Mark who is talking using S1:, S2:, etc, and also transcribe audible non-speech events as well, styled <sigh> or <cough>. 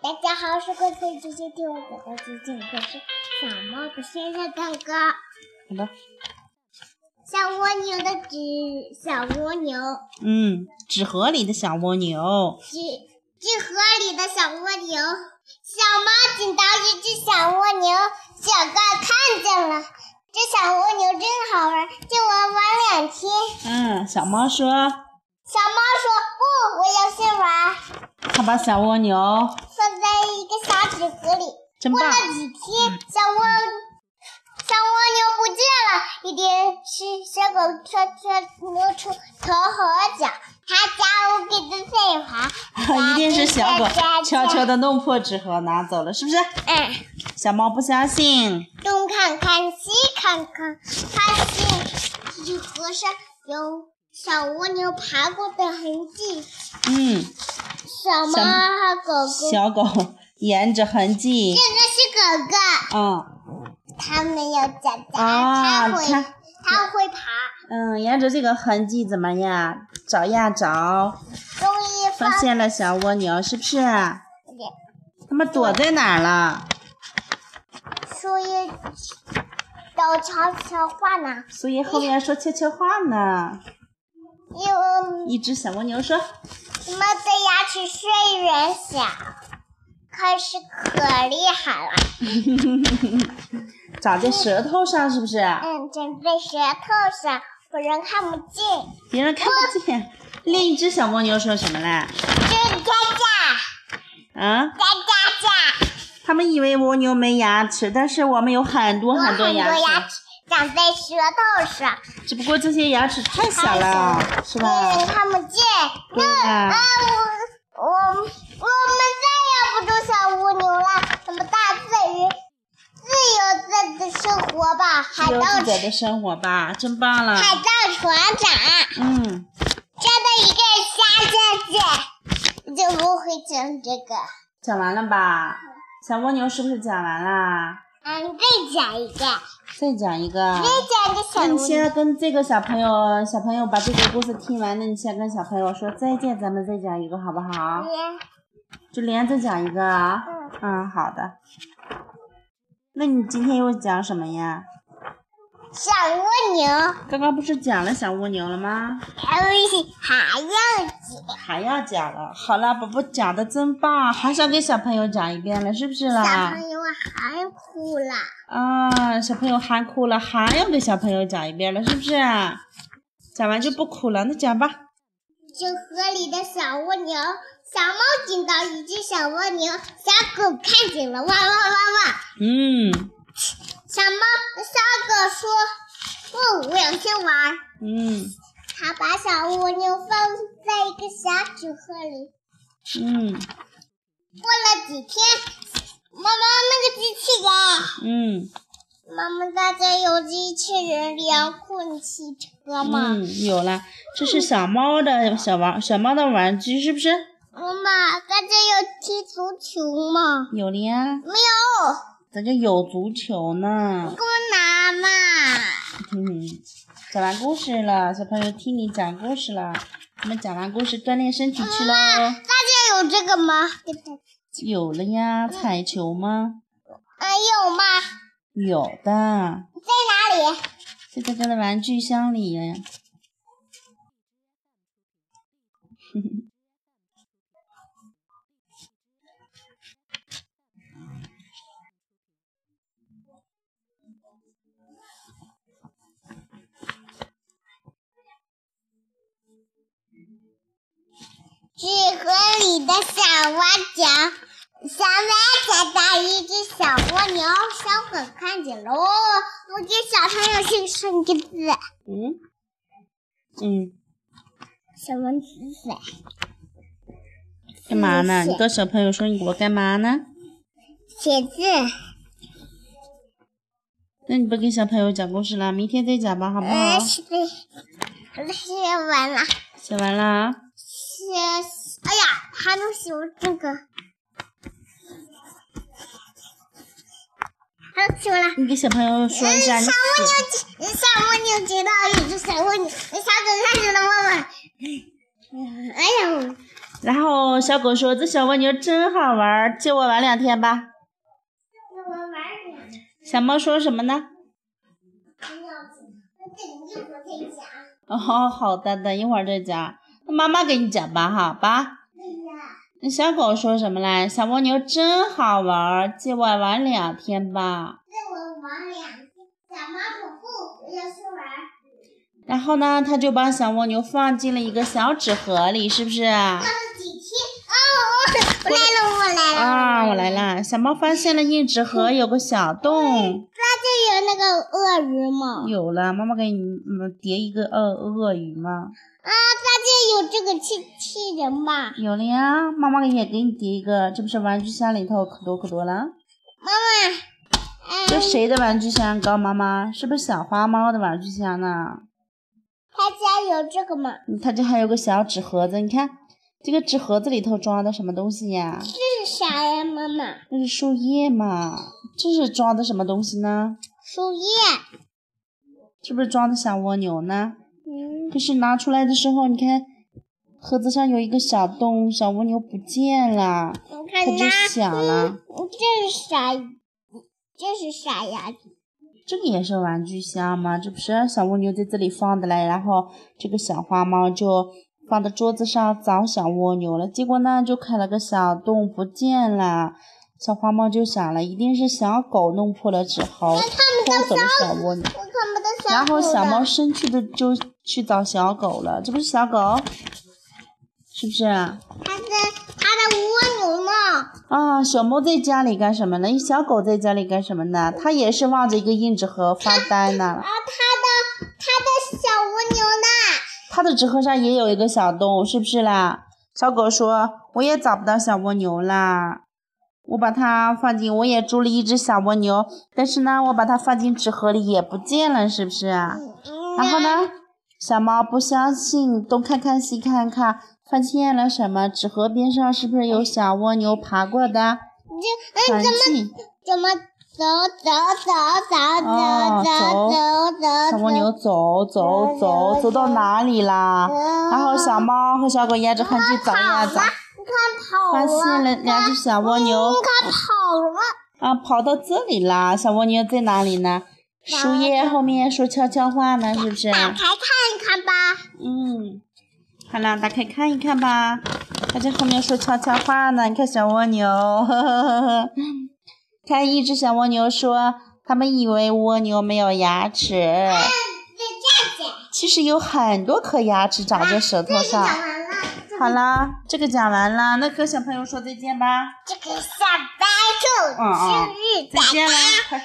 S1: 大家好，我是怪兽姐姐，听我给大家讲故事。小猫的生日蛋糕，
S2: 好的，
S1: 小蜗牛的纸，小蜗牛
S2: 嗯，纸盒里的小蜗牛，
S1: 纸纸盒里的小蜗牛，小猫捡到一只小蜗牛，小怪看见了，这小蜗牛真好玩，借我玩两天。
S2: 嗯，小猫说，
S1: 小猫说：“不，我要先玩。
S2: 它把小蜗牛”
S1: 放在一个小纸盒里，
S2: 真
S1: 过
S2: 棒嗯
S1: 了，几天，小蜗小蜗牛不见了，一点是小狗跳跳摸出头和脚，它家务给的废话。
S2: <laughs> 一定是小狗
S1: 家
S2: 悄悄的弄破纸盒拿走了，是不是？
S1: 嗯，
S2: 小猫不相信，
S1: 东看看西看看，发现纸盒上有小蜗牛爬过的痕迹。
S2: 嗯，
S1: 小猫
S2: 小
S1: 和狗狗，
S2: 小狗沿着痕迹
S1: 这，个是狗狗。
S2: 嗯
S1: 它没有脚脚，它
S2: 啊
S1: 会
S2: 它
S1: 它会爬。
S2: 嗯，沿着这个痕迹怎么样？找呀找，
S1: 终于
S2: 发
S1: 发
S2: 现了小蜗牛，是不是？它
S1: 现，
S2: 们躲在哪儿了？
S1: 所以有悄悄话呢。
S2: 所以后面说悄悄话呢。
S1: 因为
S2: 一只小蜗牛说。
S1: 猫的牙齿虽然小，可是可厉害了。
S2: 长在舌头上是不是？
S1: 嗯，长在舌头上，不然看不见。
S2: 别人看不见。另一只小蜗牛说什么啦？
S1: 这是家家
S2: 啊，
S1: 家家家，
S2: 他们以为蜗牛没牙齿，但是我们有很多
S1: 我
S2: 很
S1: 很
S2: 多
S1: 多
S2: 牙
S1: 牙
S2: 齿，
S1: 齿长在舌头上，
S2: 只不过这些牙齿太小了，是
S1: 别人
S2: 吧？
S1: 看不见。
S2: 对
S1: 啊
S2: 啦，，
S1: 我我我们再也不住小蜗牛了，我们大自然自由自在的生活吧。海
S2: 自由自
S1: 盗
S2: 在的生活吧，真棒了。
S1: 海盗船长
S2: 嗯，
S1: 真的一个人瞎子，就不会讲这个。
S2: 讲完了吧？小蜗牛是不是讲完啦？
S1: 嗯，再讲一个，再
S2: 再讲一个。
S1: 讲一个小蜗
S2: 那你现在
S1: 牛。
S2: 跟这个小朋友，小朋友把这个故事听完，那你先跟小朋友说再见，咱们再讲一个好不好？就连着讲一个啊。
S1: 嗯
S2: 嗯，好的。那你今天又讲什么呀？
S1: 小蜗牛，哎
S2: 刚刚不是讲了小蜗牛了吗？
S1: 还要讲
S2: 还要讲了。好了，宝宝讲的真棒，还想给小朋友讲一遍了，是不是
S1: 小
S2: 啦？
S1: 朋友还哭了。
S2: 啊，小朋友喊哭了，还要给小朋友讲一遍了，是不是？讲完就不哭了，那讲吧。
S1: 纸盒里的小蜗牛，小猫捡到一只小蜗牛，小狗看见了，哇哇哇哇！
S2: 嗯
S1: 小猫小狗说：“不，我要先玩。
S2: 嗯”
S1: 它把小蜗牛放在一个小纸盒里。
S2: 嗯
S1: 过了几天，妈妈那个机器人，
S2: 嗯
S1: 妈妈大家有机器人遥控汽车吗？
S2: 嗯，有了。这是小猫的小玩小猫的玩具，是不是？
S1: 妈妈，大家有踢足球吗？
S2: 有了呀。
S1: 没有，
S2: 咱就有足球呢
S1: 给。我拿嘛！
S2: 嗯，讲完故事了，小朋友听你讲故事了。我们讲完故事锻炼身体去哦喽。
S1: 大家有这个吗？对不对？
S2: 有了呀，彩球吗？
S1: 哎，有吗？
S2: 有的，
S1: 在哪里？
S2: 在大家的玩具箱里呀。
S1: 纸盒里的小蛙角，小蛙角打一只小蜗牛，小狗看见了，哦，我给小朋友姓上个字，
S2: 嗯嗯，
S1: 什么字字？
S2: 干嘛呢？
S1: 嗯谢谢
S2: 你跟小朋友说你我干嘛呢？
S1: 写字。
S2: 那你不给小朋友讲故事了，明天再讲吧，好不好
S1: 呃，？写写完了，
S2: 写完了啊，
S1: 写，哎呀，还能写这个，还能写完了。
S2: 你给小朋友说一下，你
S1: 哎小蜗牛知，小蜗牛知道一只小蜗牛，小狗看见了妈妈。哎呀，
S2: 然后小狗说：“这小蜗牛真好玩儿，借我玩两天吧。
S1: 我玩你，”
S2: 小猫说什么呢？
S1: 不要紧，我等一会儿再讲。
S2: 哦，好的，等一会儿再讲。那妈妈给你讲吧，好吧？
S1: 对呀，
S2: 那小狗说什么来？小蜗牛真好玩儿，借我玩两天吧。
S1: 那我玩两天，小猫跑步要去玩。
S2: 然后呢，它就把小蜗牛放进了一个小纸盒里，是不啊是？
S1: 到了几天？哦，我来了，我来了。
S2: 啊，我来。啦！小猫发现了硬纸盒有个小洞，
S1: 那就有那个鳄鱼嘛。
S2: 有了，妈妈给你嗯叠一个鳄鳄鱼嘛，
S1: 啊，它就有这个机器人吧？
S2: 有了呀，妈妈也给你叠一个，这不是玩具箱里头可多可多了？这
S1: 嗯，
S2: 谁的玩具箱高？妈妈是不是小花猫的玩具箱呢？
S1: 他家有这个吗？
S2: 嗯它这还有个小纸盒子，你看这个纸盒子里头装的什么东西呀？
S1: 这是啥呀，妈妈？
S2: 那是树叶嘛，这是装的什么东西呢？
S1: 树叶。
S2: 是不是装的小蜗牛呢？
S1: 嗯，
S2: 可是拿出来的时候，你看盒子上有一个小洞，小蜗牛不见了，
S1: 我
S2: 它
S1: 看
S2: 就
S1: 它。
S2: 想了，
S1: 嗯这是啥？这是啥呀？
S2: 这个也是玩具箱吗？这不是小蜗牛在这里放的嘞，然后这个小花猫就放在桌子上找小蜗牛了，结果呢就开了个小洞，不见了。小花猫就想了，一定是小狗弄破了纸猴，偷走了小蜗牛。
S1: 我看不到小
S2: 然后
S1: 狗
S2: 小
S1: 了
S2: 猫生气的就去找小狗了，这不是小狗，是不是啊？
S1: 它在它的蜗牛呢。
S2: 啊，小猫在家里干什么呢？小狗在家里干什么呢？它也是望着一个硬纸盒发呆呢
S1: 啊，。它的它的小蜗牛呢？
S2: 它的纸盒上也有一个小洞，是不是啦？小狗说：“我也找不到小蜗牛啦，我把它放进，我也捉了一只小蜗牛，但是呢，我把它放进纸盒里也不见了，是不是啊？”
S1: 嗯
S2: 然后？呢，小猫不相信，东看看西看看，发现了什么？纸盒边上是不是有小蜗牛爬过的
S1: 这嗯
S2: 痕迹？
S1: 怎么走走走走
S2: 哦
S1: 走走走走？
S2: 小蜗牛走走走走到哪里
S1: 哎
S2: 啦？然后小猫和小狗沿着痕迹找呀找，
S1: 你看跑
S2: 发
S1: 了，
S2: 现了两只小蜗牛
S1: 它跑了，
S2: 啊，跑到这里啦。小蜗牛在哪里呢？树叶后面说悄悄话呢，是不是？
S1: 打开看一看吧。
S2: 嗯，好啦，打开看一看吧。它这后面说悄悄话呢，你看小蜗牛，呵呵呵呵。看一只小蜗牛说，他们以为蜗牛没有牙齿，
S1: 这样子，
S2: 其实有很多颗牙齿长在舌头上。
S1: 完了，
S2: 好啦，这个讲完啦，那和小朋友说再见吧。
S1: 这个下班后
S2: 嗯嗯
S1: 生日啊
S2: 再
S1: 大
S2: 见啦
S1: 家。
S2: 快